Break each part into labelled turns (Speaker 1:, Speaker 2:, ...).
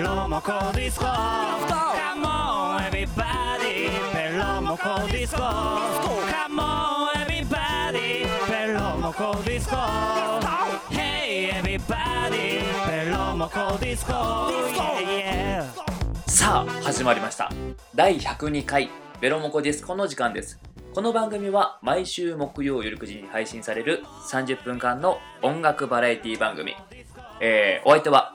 Speaker 1: Loco Disco. Come on, everybody. Bello Moco Disco. Come on, everybody. Bello Moco Disco. Hey, everybody. Bello Moco Disco. Yeah, yeah.
Speaker 2: さあ始まりました第102回ベロモコディスコの時間ですこの番組は毎週木曜夜9時に配信される30分間の音楽バラエティ番組、えーお相手は、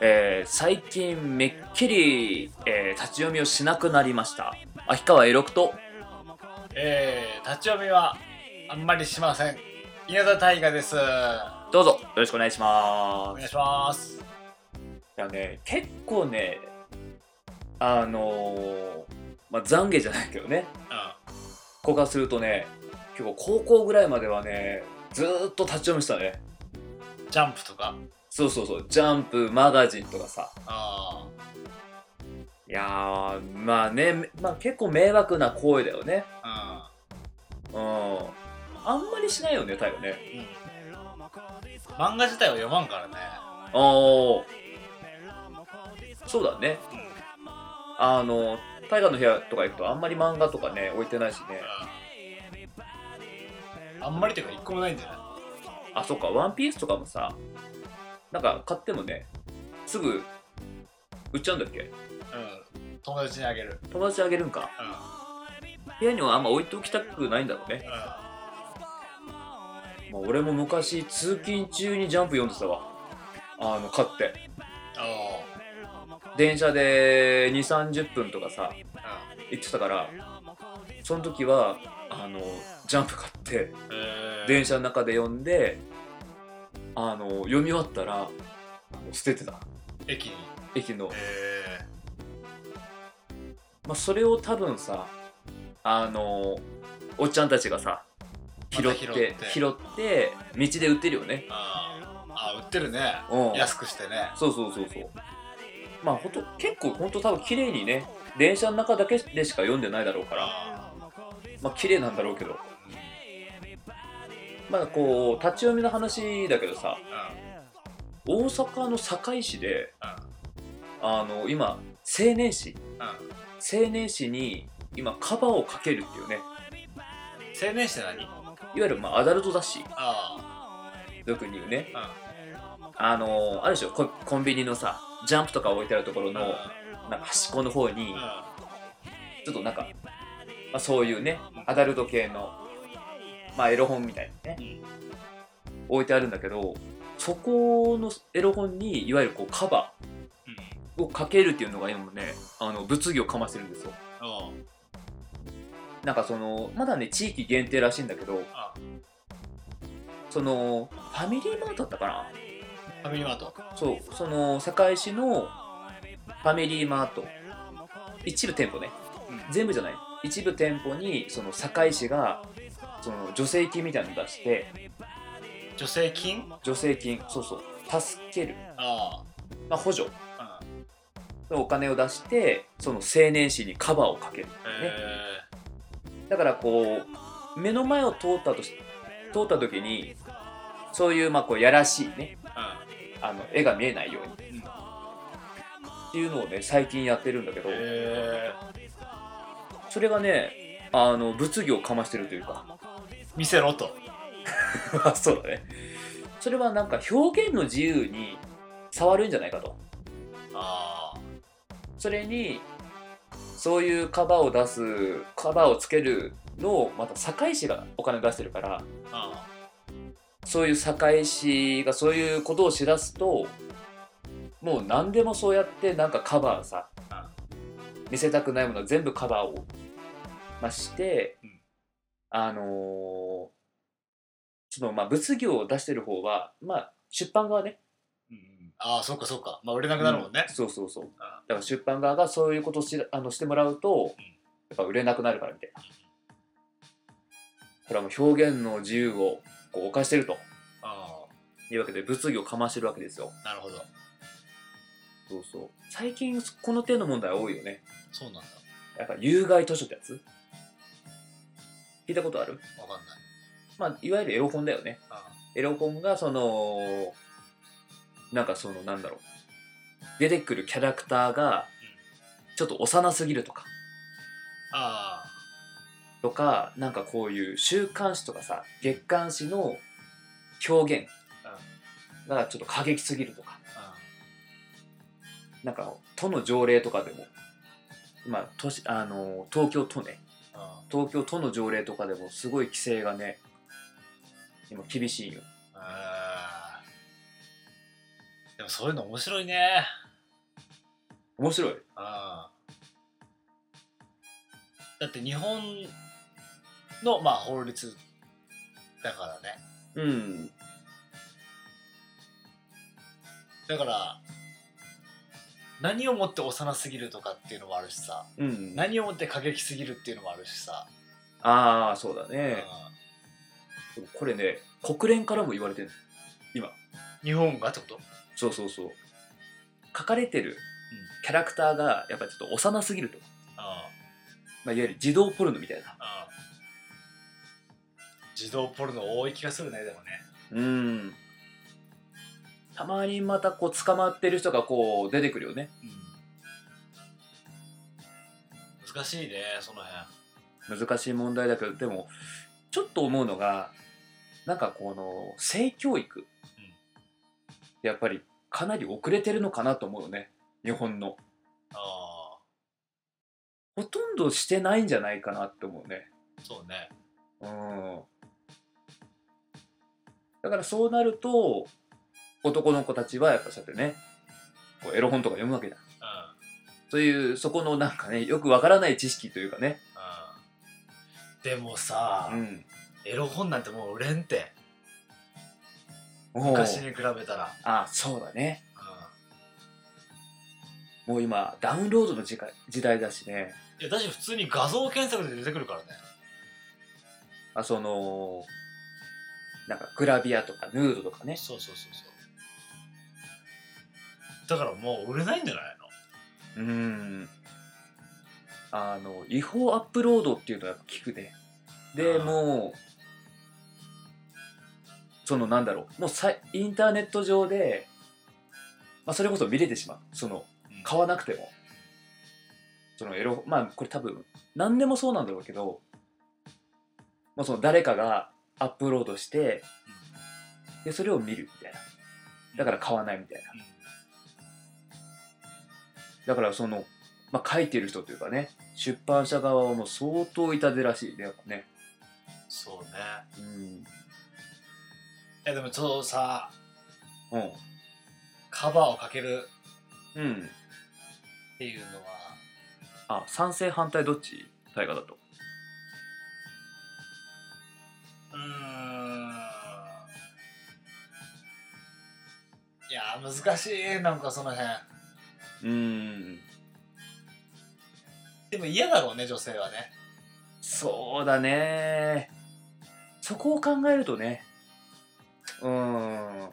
Speaker 2: えー最近めっきり、えー立ち読みをしなくなりました秋川エロクと
Speaker 3: えー、立ち読みはあんまりしません稲田大我ですお
Speaker 2: どうぞよろしくお願いしま
Speaker 3: 願い
Speaker 2: す
Speaker 3: します
Speaker 2: いやね結構ねあのーまあ懺悔じゃないけどね
Speaker 3: う
Speaker 2: ここからするとね結構高校ぐらいまではねずーっと立ち読みしてたね
Speaker 3: んジャンプとか
Speaker 2: そうそうそうジャンプマガジンとかさ
Speaker 3: あ
Speaker 2: いやーまあね、まあ、結構迷惑な行為だよね
Speaker 3: あ
Speaker 2: うんあんまりしないよね太陽ね
Speaker 3: うん、うん、漫画自体は読まんからね
Speaker 2: おーそうだねあの大河の部屋とか行くとあんまり漫画とかね置いてないしね
Speaker 3: うんあんまりというか一個もないんじゃない
Speaker 2: あそっか「ワンピースとかもさなんか買ってもねすぐ売っちゃうんだっけ
Speaker 3: うん友達にあげる
Speaker 2: 友達にあげるんか
Speaker 3: うんうん
Speaker 2: 部屋にはあんま置いておきたくないんだろうね、まあ、俺も昔通勤中にジャンプ読んでたわあの買って
Speaker 3: お
Speaker 2: 電車で2 3 0分とかさ
Speaker 3: ー
Speaker 2: 行ってたからその時はあのジャンプ買って
Speaker 3: うんえー
Speaker 2: 電車の中で読んであの読み終わったらあの捨ててた
Speaker 3: 駅に
Speaker 2: 駅の、
Speaker 3: え
Speaker 2: まあ、それを多分さあのおっちゃんたちがさ拾って
Speaker 3: また拾って
Speaker 2: 拾って道で売ってるよね
Speaker 3: ー、あーあー売ってるね
Speaker 2: うん
Speaker 3: 安くしてね
Speaker 2: そうそうそうそうまあほんと結構ほんと多分綺麗にね電車の中だけでしか読んでないだろうから
Speaker 3: あ
Speaker 2: まあ綺麗なんだろうけど
Speaker 3: ー
Speaker 2: まあこう立ち読みの話だけどさ
Speaker 3: うんうん
Speaker 2: 大阪の堺市であの今青年誌
Speaker 3: うん
Speaker 2: 青年誌に今カバーをかけるっていうね
Speaker 3: 青年誌って何
Speaker 2: いわゆるまあアダルト雑誌
Speaker 3: あ
Speaker 2: よく言うね
Speaker 3: あ
Speaker 2: あのあるでしょココンビニのさジャンプとか置いてあるところ
Speaker 3: うん
Speaker 2: のなんか端っこの方に
Speaker 3: うん
Speaker 2: ちょっとなんか、まあ、そういうねアダルト系の、まあ、エロ本みたいなね、置いてあるんだけどそこのエロ本にいわゆるこうカバーをかけるっていうのが今もねあの物議をかましてるんですよ
Speaker 3: おう
Speaker 2: なんかそのまだね地域限定らしいんだけど
Speaker 3: あ
Speaker 2: そのファミリーマートだったかな
Speaker 3: ファミリーマート。
Speaker 2: そうその堺市のファミリーマート一部店舗ね全部じゃない一部店舗にその堺市がその助成金みたいなの出して
Speaker 3: 助成金
Speaker 2: 助成金そうそう助ける、
Speaker 3: あ
Speaker 2: まあ、補助
Speaker 3: あ。うん。
Speaker 2: のお金を出してその青年誌にカバーをかける、ね
Speaker 3: え
Speaker 2: だからこう目の前を通ったとし通った時にそういうまあこうやらしいね
Speaker 3: え。うん。
Speaker 2: あの絵が見えないように、
Speaker 3: うん
Speaker 2: っていうのをね最近やってるんだけど、
Speaker 3: え
Speaker 2: それがねあの物議をかましてるというか
Speaker 3: え。見せろと。
Speaker 2: そうだねそれはなんか表現の自由に触るんじゃないかと
Speaker 3: あ
Speaker 2: それにそういうカバーを出すカバーをつけるのをまた堺市がお金出してるから
Speaker 3: あ。あ
Speaker 2: そういう堺市がそういうことを知らすともう何でもそうやってなんかカバーさ見せたくないものは全部カバーを、まあ、して、
Speaker 3: うん
Speaker 2: あのーそのまあ物議を出してる方は、まあ、出版側ね
Speaker 3: うんうん。ああ、そっかそっか。まあ、売れなくなるもんね
Speaker 2: うん。そうそうそうだから出版側がそういうことをしあのしてもらうと
Speaker 3: うん
Speaker 2: やっぱ売れなくなるからみたいなこれはもう表現の自由をこう犯してると
Speaker 3: あ
Speaker 2: いうわけで物議をかましてるわけですよ
Speaker 3: あ。なるほど。
Speaker 2: そうそう最近この手の問題多いよね
Speaker 3: そうなんだ。
Speaker 2: やっぱ有害図書ってやつ聞いたことある
Speaker 3: わかんない。
Speaker 2: まあいわゆるエロ本だよね
Speaker 3: あ
Speaker 2: エロ本がそのなんかそのなんだろう出てくるキャラクターがちょっと幼すぎるとか
Speaker 3: あ
Speaker 2: とかなんかこういう週刊誌とかさ月刊誌の表現がちょっと過激すぎるとか
Speaker 3: あ
Speaker 2: なんか都の条例とかでも、まあ、都市あの東京都ね
Speaker 3: うんうん
Speaker 2: 東京都の条例とかでもすごい規制がね今厳しいよ
Speaker 3: あーでもそういうの面白いね
Speaker 2: 面白い
Speaker 3: あだって日本のまあ法律だから
Speaker 2: う
Speaker 3: ね
Speaker 2: ん
Speaker 3: だから何をもって幼すぎるとかっていうのもあるしさ
Speaker 2: うん
Speaker 3: 何をもって過激すぎるっていうのもあるしさ、
Speaker 2: ああそうだ
Speaker 3: う
Speaker 2: ね
Speaker 3: ん
Speaker 2: これね国連からも言われてる今
Speaker 3: 日本がってこと
Speaker 2: そうそうそう書かれてるキャラクターがやっぱりちょっと幼すぎると、
Speaker 3: あ
Speaker 2: まあ、いわゆる児童ポルノみたいな
Speaker 3: あ自動ポルノ多い気がするねでもね
Speaker 2: うんたまにまたこう捕まってる人がこう出てくるよね
Speaker 3: 難しいねその辺
Speaker 2: 難しい問題だけどでもちょっと思うのがなんかこの性教育、やっぱりかなり遅れてるのかなと思うよね日本の
Speaker 3: あ
Speaker 2: ほとんどしてないんじゃないかなって思うね
Speaker 3: あそうね
Speaker 2: うんだからそうなると男の子たちはやっぱそうやってねこうエロ本とか読むわけだ
Speaker 3: うん
Speaker 2: そういうそこのなんかねよくわからない知識というかね、
Speaker 3: うんでもさ、
Speaker 2: ん、
Speaker 3: エロ本なんてもう売れんて
Speaker 2: もう
Speaker 3: 昔に比べたら、
Speaker 2: あそうだね
Speaker 3: う
Speaker 2: もう今ダウンロードの時代時代だしね
Speaker 3: ん、いや私普通に画像検索で出てくるからね
Speaker 2: あそのなんかグラビアとかヌードとかね
Speaker 3: そうそうそうそうだからもう売れないんじゃないの
Speaker 2: うんあの違法アップロードっていうのはやっぱ聞くねで
Speaker 3: あー
Speaker 2: もうそのなんだろうもうさインターネット上で、まあ、それこそ見れてしまうその
Speaker 3: うん
Speaker 2: 買わなくてもそのエロまあこれ多分何でもそうなんだろうけど、まあ、その誰かがアップロードしてでそれを見るみたいなだから買わないみたいな
Speaker 3: うん
Speaker 2: だからその、まあ、書いてる人というかね出版社側はもう相当痛手らしいねやっぱね
Speaker 3: そうね
Speaker 2: うん
Speaker 3: いやでもちょうどさ
Speaker 2: うん
Speaker 3: カバーをかける
Speaker 2: うん
Speaker 3: っていうのは
Speaker 2: あ賛成反対どっち大河だと
Speaker 3: うーんいやー難しいなんかその辺
Speaker 2: うん
Speaker 3: でも嫌だろうね女性はね
Speaker 2: そうだねそこを考えるとねうん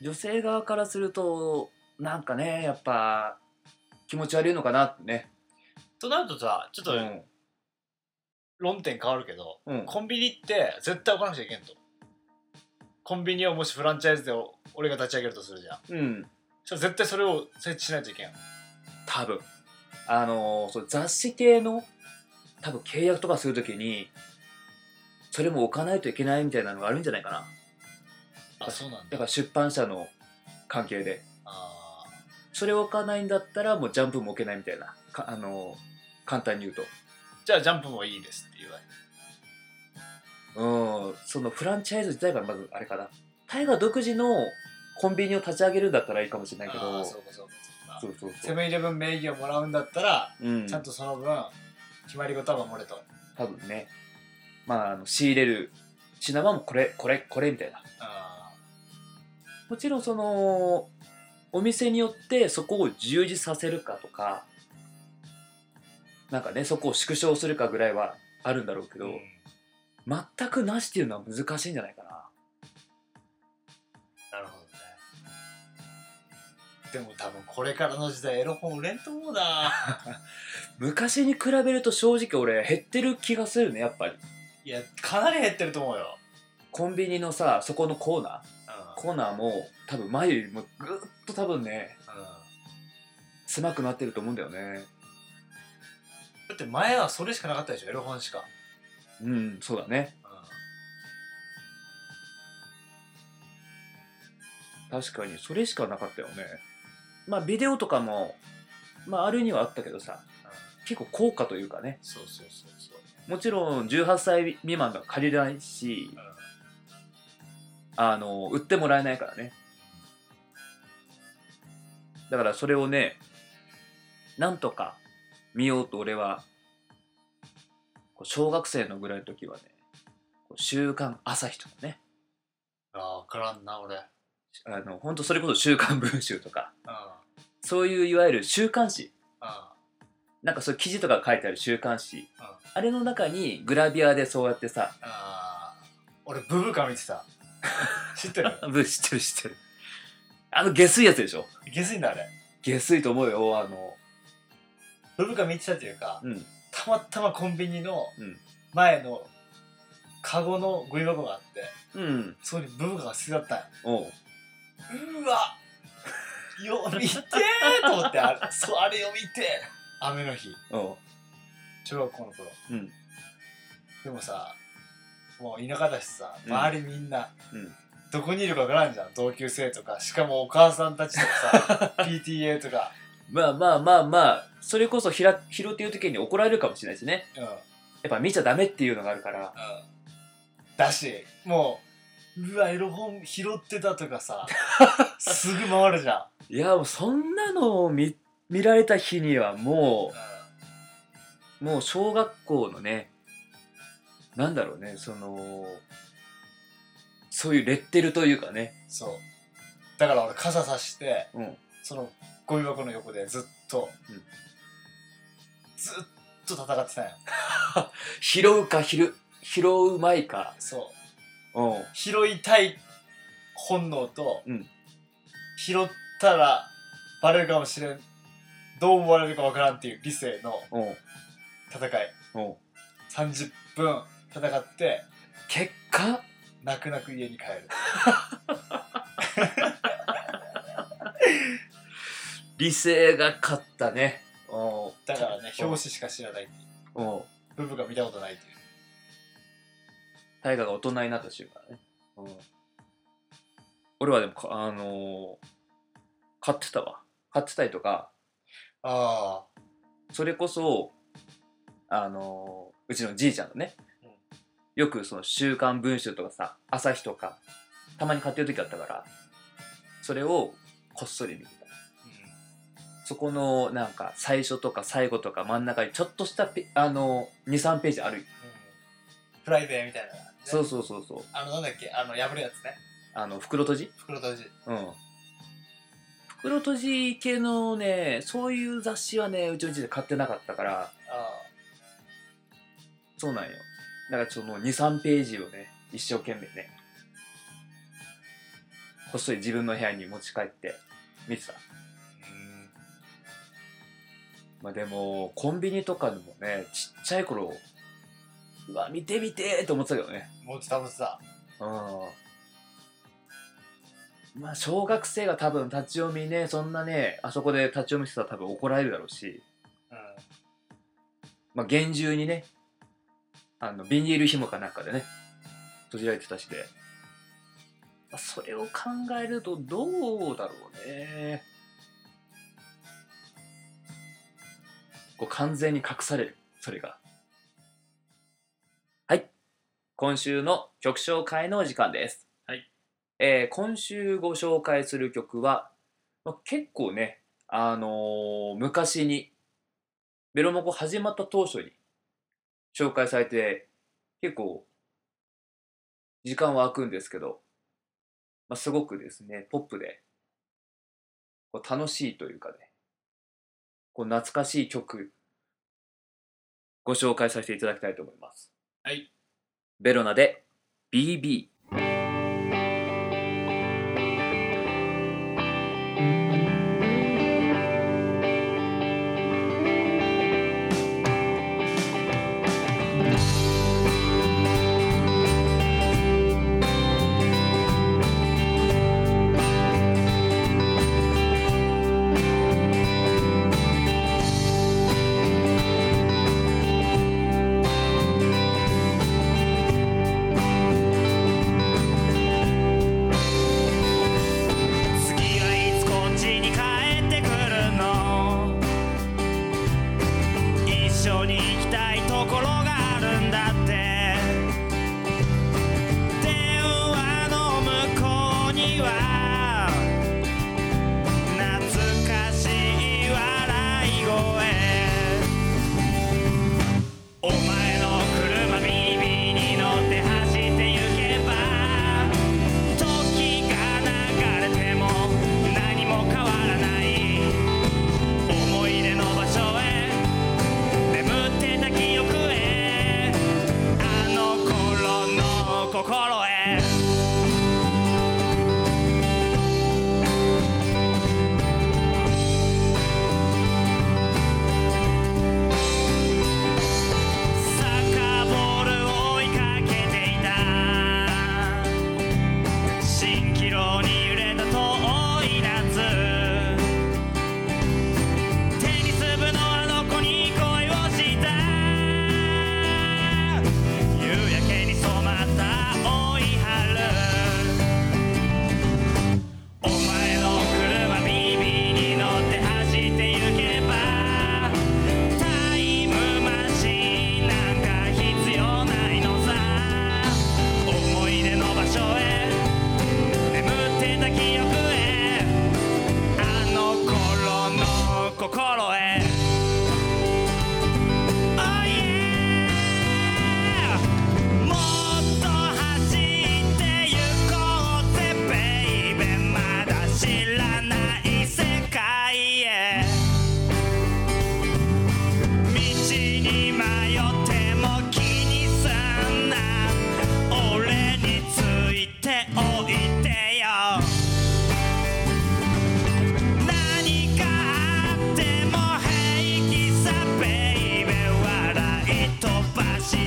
Speaker 2: 女性側からするとなんかねやっぱ気持ち悪いのかなってね
Speaker 3: となるとさちょっと
Speaker 2: うん
Speaker 3: 論点変わるけど、
Speaker 2: うん
Speaker 3: コンビニって絶対置かなくちゃいけんとコンビニをもしフランチャイズでお俺が立ち上げるとするじゃん
Speaker 2: うん
Speaker 3: それ絶対それを設置しないといけん
Speaker 2: 多分あのーそう雑誌系の多分契約とかするときにそれも置かないといけないみたいなのがあるんじゃないかな
Speaker 3: あそうなん
Speaker 2: だ
Speaker 3: だ
Speaker 2: から出版社の関係で
Speaker 3: あ
Speaker 2: それを置かないんだったらもうジャンプも置けないみたいなかあのー簡単に言うと
Speaker 3: ーじゃあジャンプもいいですって言われて
Speaker 2: うんそのフランチャイズ自体がまずあれかなタイガー独自のコンビニを立ち上げるんだったらいいかもしれないけ
Speaker 3: あ
Speaker 2: ど
Speaker 3: ーそ
Speaker 2: そう
Speaker 3: かそうかそう
Speaker 2: う
Speaker 3: か
Speaker 2: そうそ
Speaker 3: セ
Speaker 2: う、
Speaker 3: ブンイレブン名義をもらうんだったら、
Speaker 2: うん、
Speaker 3: ちゃんとその分決まり事は守れと、
Speaker 2: 多分ねまああの仕入れる品はもうこれこれこれみたいな
Speaker 3: あ
Speaker 2: もちろんそのお店によってそこを充実させるかとかなんかねそこを縮小するかぐらいはあるんだろうけ
Speaker 3: ー
Speaker 2: ど、
Speaker 3: うん
Speaker 2: 全くなしっていうのは難しいんじゃないか
Speaker 3: なるほどねでも多分これからの時代エロ本売れんと思うな
Speaker 2: な昔に比べると正直俺減ってる気がするねやっぱり
Speaker 3: いやかなり減ってると思うよ
Speaker 2: コンビニのさそこのコーナー
Speaker 3: うん
Speaker 2: コーナーも多分前よりもぐっと多分ね狭くなってると思うんだよね
Speaker 3: だって前はそれしかなかったでしょエロ本しか、
Speaker 2: うんそうだね確かにそれしかなかったよねまあビデオとかもまああるにはあったけどさ結構高価というかね
Speaker 3: そうそうそうそう
Speaker 2: もちろん18歳未満が借りれないしあの売ってもらえないからねだからそれをねなんとか見ようと俺はこう小学生のぐらいの時はねこう週刊朝日とかね
Speaker 3: あ分からんな俺、うん、
Speaker 2: あの本当それこそ週刊文集とかそういういわゆる週刊誌
Speaker 3: あ
Speaker 2: なんかそういう記事とか書いてある週刊誌
Speaker 3: うん
Speaker 2: あれの中にグラビアでそうやってさ
Speaker 3: あ俺ブブカ見てた 知ってる
Speaker 2: あぶ知ってる知ってるあの下水やつでしょ
Speaker 3: 下水だあれ
Speaker 2: 下水と思うよあの
Speaker 3: ブブカ見てたというか
Speaker 2: うん
Speaker 3: たまたまコンビニの
Speaker 2: うん
Speaker 3: 前のカゴのゴミ箱があって
Speaker 2: うん
Speaker 3: そこにブブカが捨てだったんよ
Speaker 2: おう
Speaker 3: う わよ見てーと思ってあれそうあれよ見てー雨の日
Speaker 2: おう
Speaker 3: 小学校の頃
Speaker 2: うん
Speaker 3: でもさもう田舎だしさ
Speaker 2: うん
Speaker 3: 周りみんな、
Speaker 2: うん
Speaker 3: どこにいるか分からんじゃん同級生とかしかもお母さんたち とかさ PTA とか、
Speaker 2: まあまあまあまあそれこそひら拾っていう時に怒られるかもしれないしね
Speaker 3: うんうん、
Speaker 2: やっぱ見ちゃダメっていうのがあるから
Speaker 3: だしもううわエロ本拾ってたと かさすぐ回るじゃん、
Speaker 2: いやもうそんなのを見見られた日にはもうもう小学校のねなんだろうねそのそういうレッテルというかね
Speaker 3: そうだから俺傘さして
Speaker 2: うん
Speaker 3: そのゴミ箱の横でずっと、
Speaker 2: うん
Speaker 3: ずっと戦ってたんよ
Speaker 2: 拾うか拾う拾うまいか
Speaker 3: そう
Speaker 2: うん
Speaker 3: 拾いたい本能と、
Speaker 2: うん
Speaker 3: 拾ったらバレるかもしれんどう思われるかわからんっていう理性の
Speaker 2: うん
Speaker 3: 戦い
Speaker 2: うん
Speaker 3: 30分戦って
Speaker 2: 結果
Speaker 3: 泣く泣く家に帰る
Speaker 2: 理性が勝ったねうん
Speaker 3: だから ね表紙しか知らないっていう
Speaker 2: うん
Speaker 3: 部分が見たことないっていう
Speaker 2: 大我が大人になった瞬間ね、俺はでもかあのー買ってたわ買ってたりとか
Speaker 3: ああ
Speaker 2: それこそあのーうちのじいちゃんのね、
Speaker 3: うん
Speaker 2: よくその「週刊文春」とかさ「朝日」とかたまに買ってる時あったからそれをこっそり見てたそこのなんか最初とか最後とか真ん中にちょっとしたペあの23ページある、
Speaker 3: フライデーみたいな、
Speaker 2: そう
Speaker 3: う
Speaker 2: そうそうそう
Speaker 3: あのなんだっけあの破るやつね
Speaker 2: あの袋閉じ
Speaker 3: 袋閉じ
Speaker 2: うん。袋閉じ系のね、そういう雑誌はね、うちの家で買ってなかったから、
Speaker 3: あ
Speaker 2: そうなんよ。だからその2、3ページをね、一生懸命ね、こっそり自分の部屋に持ち帰って見てた。
Speaker 3: あ
Speaker 2: まあでも、コンビニとかでもね、ちっちゃい頃、うわ、見て見てーと思ってたけどね。
Speaker 3: 持ってた持ってた
Speaker 2: うん。まあ、小学生が多分立ち読みね、そんなね、あそこで立ち読みしてたら多分怒られるだろうし、
Speaker 3: うん
Speaker 2: まあ、厳重にね、あの、ビニール紐かなんかでね、閉じられてたしで、まあ、それを考えるとどうだろうね。こう完全に隠される、それが。はい。今週の曲紹介のお時間です。
Speaker 3: はい。
Speaker 2: えー今週ご紹介する曲は、まあ、結構ね、あのー昔にベロモコ始まった当初に紹介されて結構時間は空くんですけど、まあ、すごくですねポップでこう楽しいというかねこう懐かしい曲ご紹介させていただきたいと思います。
Speaker 3: はい。
Speaker 2: ベロナで BB。
Speaker 4: 「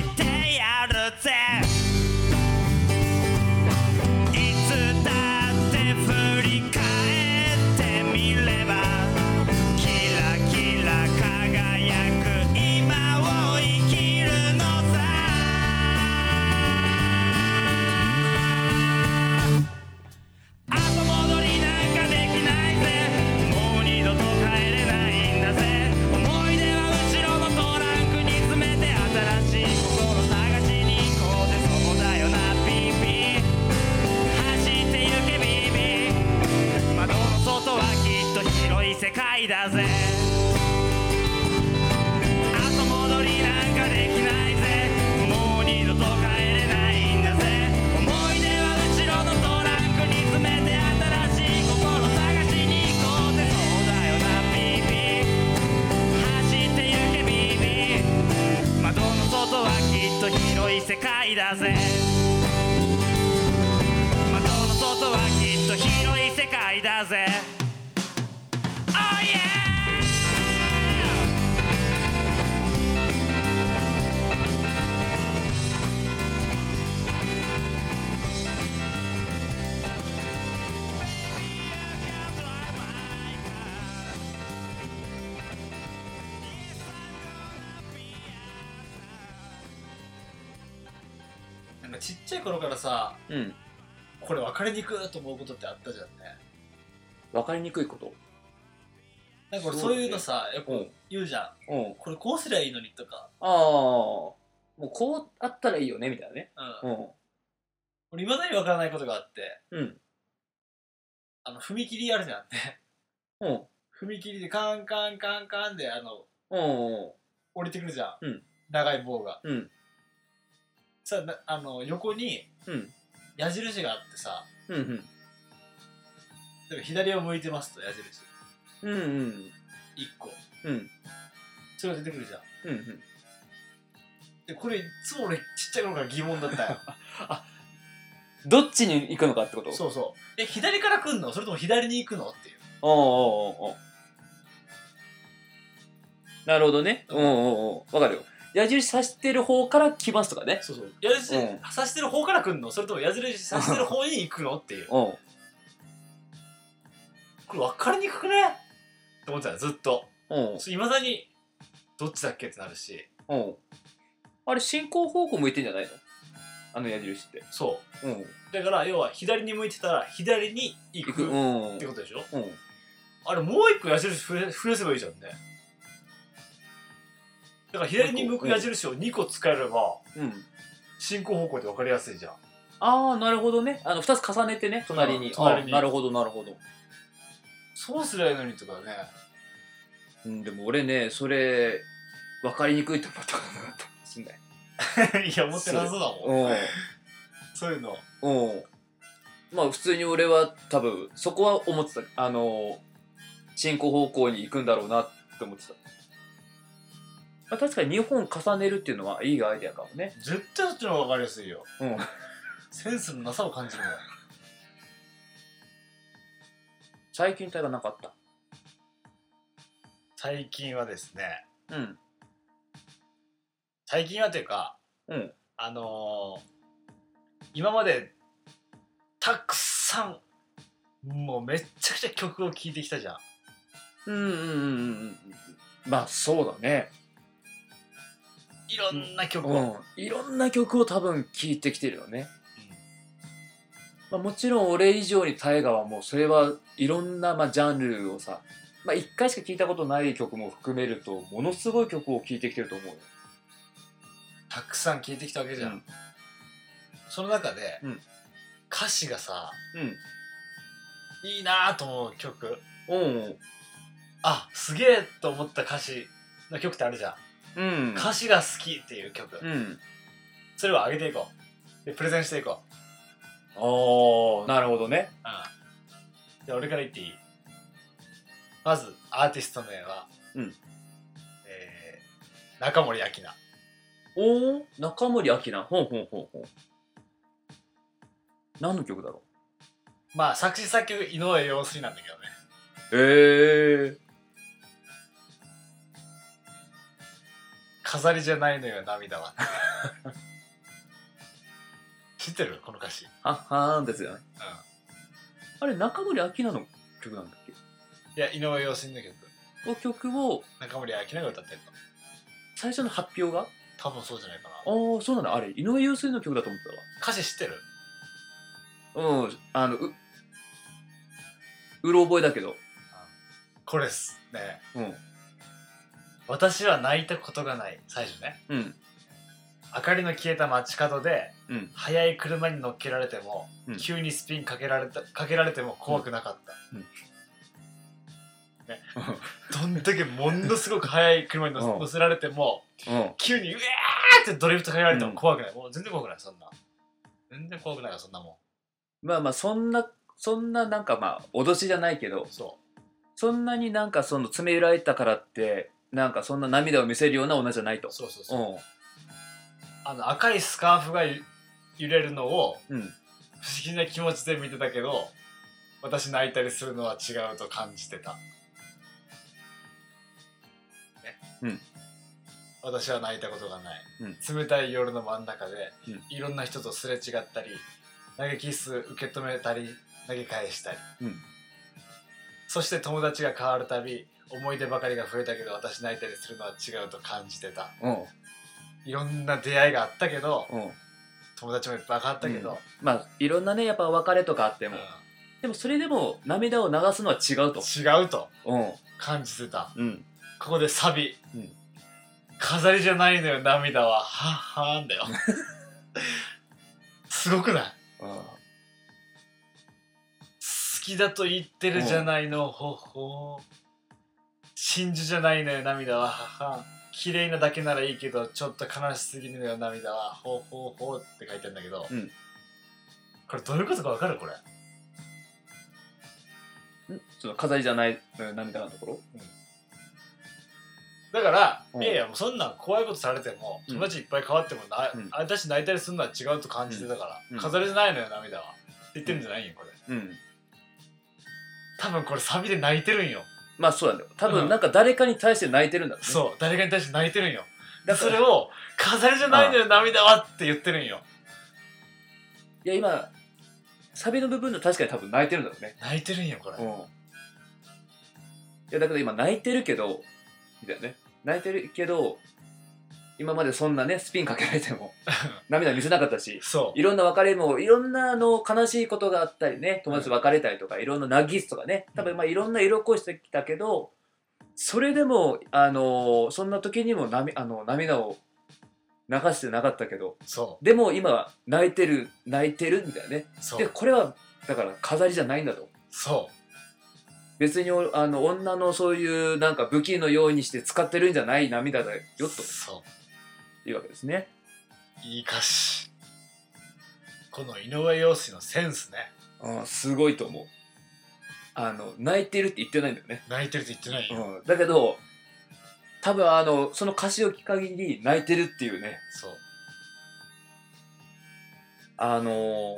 Speaker 1: ぜいつだって振り返ってみればキラキラ輝く今を生きるのさ後戻りなんかできないぜもう二度と帰れないんだぜ思い出は後ろのトランクに詰めて新しい心探しに行こうぜそこだよなピーピー走ってゆけビビ窓の外はきっと広い世界だぜ後戻りなんかできないぜもう二度と帰れないんだぜ思い出は後ろのトランクに詰めて新しい心探しに行こうぜそうだよなビビ走ってゆけビビ窓の外はきっと広い世界だぜ窓の外はきっと広い世界だぜ Oh yeah!
Speaker 3: なんかちっちゃい頃からさ
Speaker 2: うん
Speaker 3: これ分かりにくいと思うことってあったじゃんね
Speaker 2: 分かりにくいこと
Speaker 3: なんか俺そういうのさやっぱ
Speaker 2: うん
Speaker 3: 言うじゃん
Speaker 2: うん
Speaker 3: これこうすりゃいいのにとか
Speaker 2: ああもうこうあったらいいよねみたいなね
Speaker 3: う
Speaker 2: うんん
Speaker 3: 俺いまだに分からないことがあって
Speaker 2: うん
Speaker 3: あの踏切あるじゃんね
Speaker 2: うん
Speaker 3: 踏切でカンカンカンカンであの
Speaker 2: うん
Speaker 3: 降りてくるじゃん、
Speaker 2: うん
Speaker 3: 長い棒が
Speaker 2: うん
Speaker 3: さなあの横に
Speaker 2: うん
Speaker 3: 矢印があってさ
Speaker 2: うんうん
Speaker 3: 例えば左を向いてますと矢印
Speaker 2: うんうん
Speaker 3: 1個
Speaker 2: うん
Speaker 3: それが出てくるじゃん
Speaker 2: うんうん
Speaker 3: でこれいつも俺ちっちゃい頃から疑問だったよ
Speaker 2: どっちに行くのかってこと
Speaker 3: そうそうえ左から来んのそれとも左に行くのっていう
Speaker 2: おうおうおうおうなるほどね。うんうんうん。わかるよ。矢印さしてる方から来ますとかね。
Speaker 3: そうそう矢印
Speaker 2: うん
Speaker 3: 刺してる方から来んのそれとも矢印刺してる方に行くのっていう
Speaker 2: うん。
Speaker 3: これ分かりにくくねって思ってたよずっと
Speaker 2: うん。
Speaker 3: いまだにどっちだっけってなるし
Speaker 2: うん。あれ、進行方向向いてんじゃないのあの矢印って。
Speaker 3: そ
Speaker 2: うん。
Speaker 3: うだから要は左に向いてたら左に行
Speaker 2: 行
Speaker 3: く
Speaker 2: く。うん。
Speaker 3: ってことでしょ
Speaker 2: うん。
Speaker 3: あれもう一個矢印増や増やせばいいじゃんねだから左に向く矢印を2個使えれば
Speaker 2: うん。
Speaker 3: 進行方向で分かりやすいじゃん
Speaker 2: ああ、なるほどね。あの、二つ重ねてね、隣
Speaker 3: う
Speaker 2: に
Speaker 3: ん。隣に
Speaker 2: あーなるほど、なるほど。
Speaker 3: そうすりゃいいのにとかね
Speaker 2: うん、でも俺ね、それ、分かりにくいと思ったことなかったかもしんない。
Speaker 3: いや思ってなさそうだもん
Speaker 2: うん。
Speaker 3: そういうの
Speaker 2: うん。まあ普通に俺は多分そこは思ってた。あの進行方向に行くんだろうなって思ってた。まあ、確かに2本重ねるっていうのはいいアイデアかもね。
Speaker 3: 絶対そっちの方が分かりやすいよ
Speaker 2: うん。
Speaker 3: センスのなさを感じるもん
Speaker 2: 最近体がなかっ
Speaker 3: 最近はですね
Speaker 2: た。うん。
Speaker 3: 最近はというか、
Speaker 2: うん
Speaker 3: あのー今までたくさんもうめっちゃくちゃ曲を聴いてきたじゃん
Speaker 2: うんうんうんうんうん。まあそうだね。
Speaker 3: いろんな曲を、
Speaker 2: うん。いろんな曲を多分聴いてきてるよね。まあ、もちろん俺以上に大河はもうそれはいろんなまあジャンルをさ、まあ、1回しか聴いたことない曲も含めるとものすごい曲を聴いてきてると思うよ。
Speaker 3: たくさん聴いてきたわけじゃん、
Speaker 2: うん
Speaker 3: その中で、
Speaker 2: うん
Speaker 3: 歌詞がさ
Speaker 2: うん。
Speaker 3: いいなと思う曲
Speaker 2: うん。
Speaker 3: あすげえと思った歌詞の曲ってあるじゃん、
Speaker 2: うん。
Speaker 3: 歌詞が好きっていう曲、
Speaker 2: うん。
Speaker 3: それを上げていこうでプレゼンしていこう、
Speaker 2: おー、なるほどね。
Speaker 3: うん、で俺から言っていいまずアーティスト名は、
Speaker 2: うん
Speaker 3: えー中森明菜
Speaker 2: おー、中森明菜。ほんほんほんほん。何の曲だろ
Speaker 3: まあ作詞作曲井上陽水なんだけどね
Speaker 2: うえー。
Speaker 3: 飾りじゃないのよ涙は 知ってるこの歌詞、うん、
Speaker 2: はっはーんですよね。あれ、中森明菜の曲なんだっけ
Speaker 3: いや井上陽水の曲
Speaker 2: お曲を、
Speaker 3: 中森明菜が歌ってるの
Speaker 2: 最初の発表が
Speaker 3: 多分そうじゃないかな
Speaker 2: ああ、そうなんだ。あれ、井上陽水の曲だと思って
Speaker 3: 歌詞知ってる
Speaker 2: たわ。うん、あの、う、うろ覚えだけど。
Speaker 3: これっすね
Speaker 2: うん。
Speaker 3: 私は泣いたことがない最初ね
Speaker 2: うん。
Speaker 3: 明かりの消えた街角で
Speaker 2: うん。
Speaker 3: 速い車に乗っけられても、
Speaker 2: うん
Speaker 3: 急にスピンかけられたかけられても怖くなかった、
Speaker 2: うん
Speaker 3: どんだけものすごく速い車に乗せ
Speaker 2: うん
Speaker 3: 乗せられても
Speaker 2: うん。
Speaker 3: 急にうわーってドリフトかけられても怖くない、もう全然怖くないそんな全然怖くないよそんなも
Speaker 2: まあまあ、そんな、そんななんかまあ、脅しじゃないけど
Speaker 3: ん、そ
Speaker 2: そんなになんかその詰められたからって、なんかそんな涙を見せるような女じゃないと
Speaker 3: う。そうそうそう、
Speaker 2: う
Speaker 3: あの赤いスカーフがゆ揺れるのを
Speaker 2: ん。うん。
Speaker 3: 不思議な気持ちで見てたけど私泣いたりするのは違うと感じてた、ね
Speaker 2: うん
Speaker 3: 私は泣いたことがない、
Speaker 2: う
Speaker 3: 冷たい夜の真ん中で、
Speaker 2: うん
Speaker 3: いろんな人とすれ違ったり投げキッス受け止めたり投げ返したり、
Speaker 2: うん
Speaker 3: そして友達が変わるたび思い出ばかりが増えたけど私泣いたりするのは違うと感じてた
Speaker 2: うん。
Speaker 3: いろんな出会いがあったけど
Speaker 2: うん。
Speaker 3: 友達もいっぱい変わったけど、
Speaker 2: まあ、いろんなね、やっぱ別れとかあっても。でもそれでも涙を流すのは違うと。
Speaker 3: うん違うと
Speaker 2: うん。
Speaker 3: 感じてた
Speaker 2: うん。
Speaker 3: ここでサビ、
Speaker 2: うん
Speaker 3: 飾りじゃないのよ涙はははーんだよ すごくない好きだと言ってるじゃないのほほー真珠じゃないのよ涙ははは綺麗なだけならいいけどちょっと悲しすぎるのよ涙はほほほって書いてあるんだけど、
Speaker 2: うん
Speaker 3: これどういうことかわかるこれ
Speaker 2: んその飾りじゃないうん涙のところ
Speaker 3: だから、
Speaker 2: うん
Speaker 3: いやいやもうそんなん怖いことされても
Speaker 2: うん
Speaker 3: 友達いっぱい変わってもな、
Speaker 2: うん
Speaker 3: あ私泣いたりするのは違うと感じてたから、
Speaker 2: うんうん
Speaker 3: 飾りじゃないのよ涙はって言ってるんじゃないよこれ
Speaker 2: うん。
Speaker 3: 多分これサビで泣いてるんよ、
Speaker 2: まあそうなんだよ。多
Speaker 3: うん
Speaker 2: 分なんか誰かに対して泣いてるんだろね。
Speaker 3: そう誰かに対して泣いてるんよ
Speaker 2: だか
Speaker 3: そ
Speaker 2: ら
Speaker 3: れを「飾りじゃないのよ涙は」って言ってるんよ
Speaker 2: いや今、サビの部分で確かに多分泣いてるんだろうね。
Speaker 3: 泣いてるんよこれ、
Speaker 2: うん。いやだから今泣いてるけど、みたいなね。泣いてるけど、今までそんなね、スピンかけられても、涙見せなかったし、
Speaker 3: そう
Speaker 2: いろんな別れもいろんなあの悲しいことがあったりね友達と別れたりとかいろんな泣きすとかね多分まあいろんな色恋してきたけどそれでもあのそんな時にもなみあの涙を流してなかったけど
Speaker 3: そ
Speaker 2: でも今泣いてる泣いてるみたいなね
Speaker 3: うそ
Speaker 2: で
Speaker 3: う
Speaker 2: これはだから飾りじゃないんだと
Speaker 3: そ
Speaker 2: 別におあの女のそういうなんか武器のようにして使ってるんじゃない涙だよ
Speaker 3: う
Speaker 2: と
Speaker 3: そ
Speaker 2: いうわけですね
Speaker 3: ういい歌詞この井上陽水のセンスね
Speaker 2: うんすごいと思うあの泣いてるって言ってないんだよね
Speaker 3: 泣いてるって言ってないよ、
Speaker 2: うん、だけど多分あのその歌詞を聞く限り泣いてるっていうね
Speaker 3: そう
Speaker 2: あのー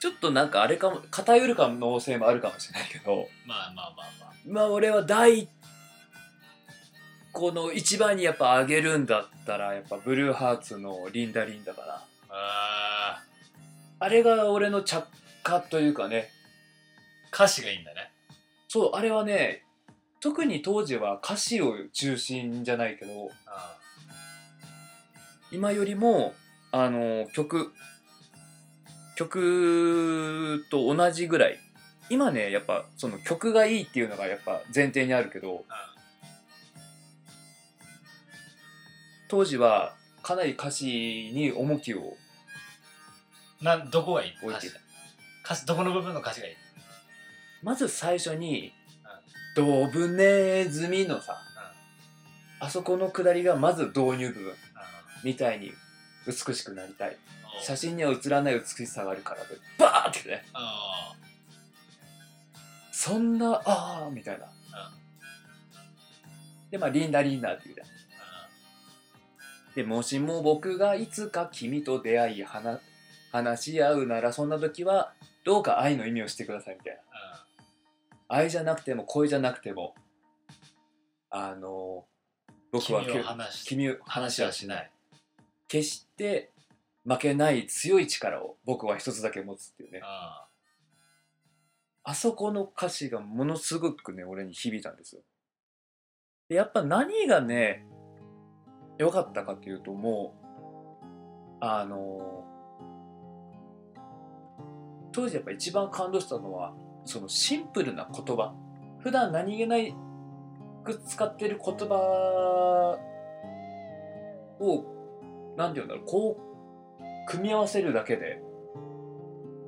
Speaker 2: ちょっとなんかあれかも偏る可能性もあるかもしれないけど
Speaker 3: まあまあまあまあ
Speaker 2: まあ俺は第この一番にやっぱ上げるんだったらやっぱブルーハーツの「リンダリンダ」かな
Speaker 3: あー
Speaker 2: あれが俺の着火というかね
Speaker 3: 歌詞がいいんだね
Speaker 2: そうあれはね特に当時は歌詞を中心じゃないけど
Speaker 3: あ
Speaker 2: 今よりもあの曲曲と同じぐらい今ねやっぱその曲がいいっていうのがやっぱ前提にあるけど当時はかなり歌詞に重きを
Speaker 3: なんどこがいい
Speaker 2: 置い
Speaker 3: 歌
Speaker 2: てい
Speaker 3: 詞
Speaker 2: た
Speaker 3: 歌詞どこの部分の歌詞がいい
Speaker 2: まず最初に「ドブネズミ」のさあそこのくだりがまず導入部分みたいに美しくなりたい写真には写らない美しさがあるからでバーってね
Speaker 3: あ
Speaker 2: そんなあーみたいな、でまあリンダリンダっていうじゃんでもしも僕がいつか君と出会い話話し合うならそんな時はどうか愛の意味をしてくださいみたいな愛じゃなくても恋じゃなくてもあの僕は
Speaker 3: 君を話し
Speaker 2: 君を
Speaker 3: 話はしない
Speaker 2: 決して負けない強い力を僕は一つだけ持つっていうね
Speaker 3: あ
Speaker 2: あそこの歌詞がものすごくね俺に響いたんですよでやっぱ何がね良かったかっていうともうあの当時やっぱ一番感動したのはそのシンプルな言葉普段何気ないく使ってる言葉を何て言うんだろうこう組み合わせるだけで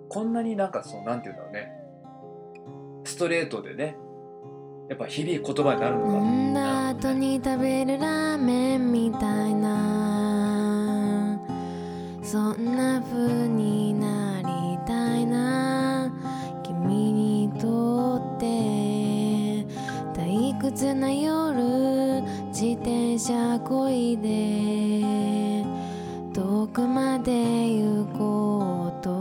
Speaker 2: こんなになんかその何て言うんだろうねストレートでねやっぱ日々言葉になるのか
Speaker 4: 飲んだ後に食べるラーメンみたいなそんな風になりたいな君にとって退屈な夜自転車こいで遠くまで行こうと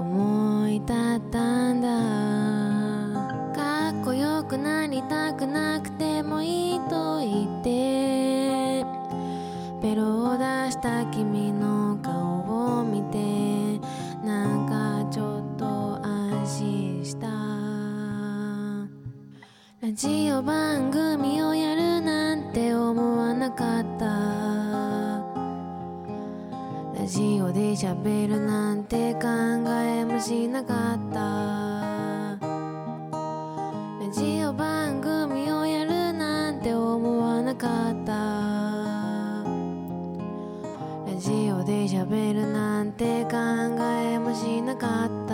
Speaker 4: 思い立ったんだかっこよくなりたくなくてもいいと言ってベロを出した君の顔を見てなんかちょっと安心したラジオ番組をやるなんて思わなかったラジオで喋るなんて考えもしなかったラジオ番組をやるなんて思わなかったラジオで喋るなんて考えもしなかった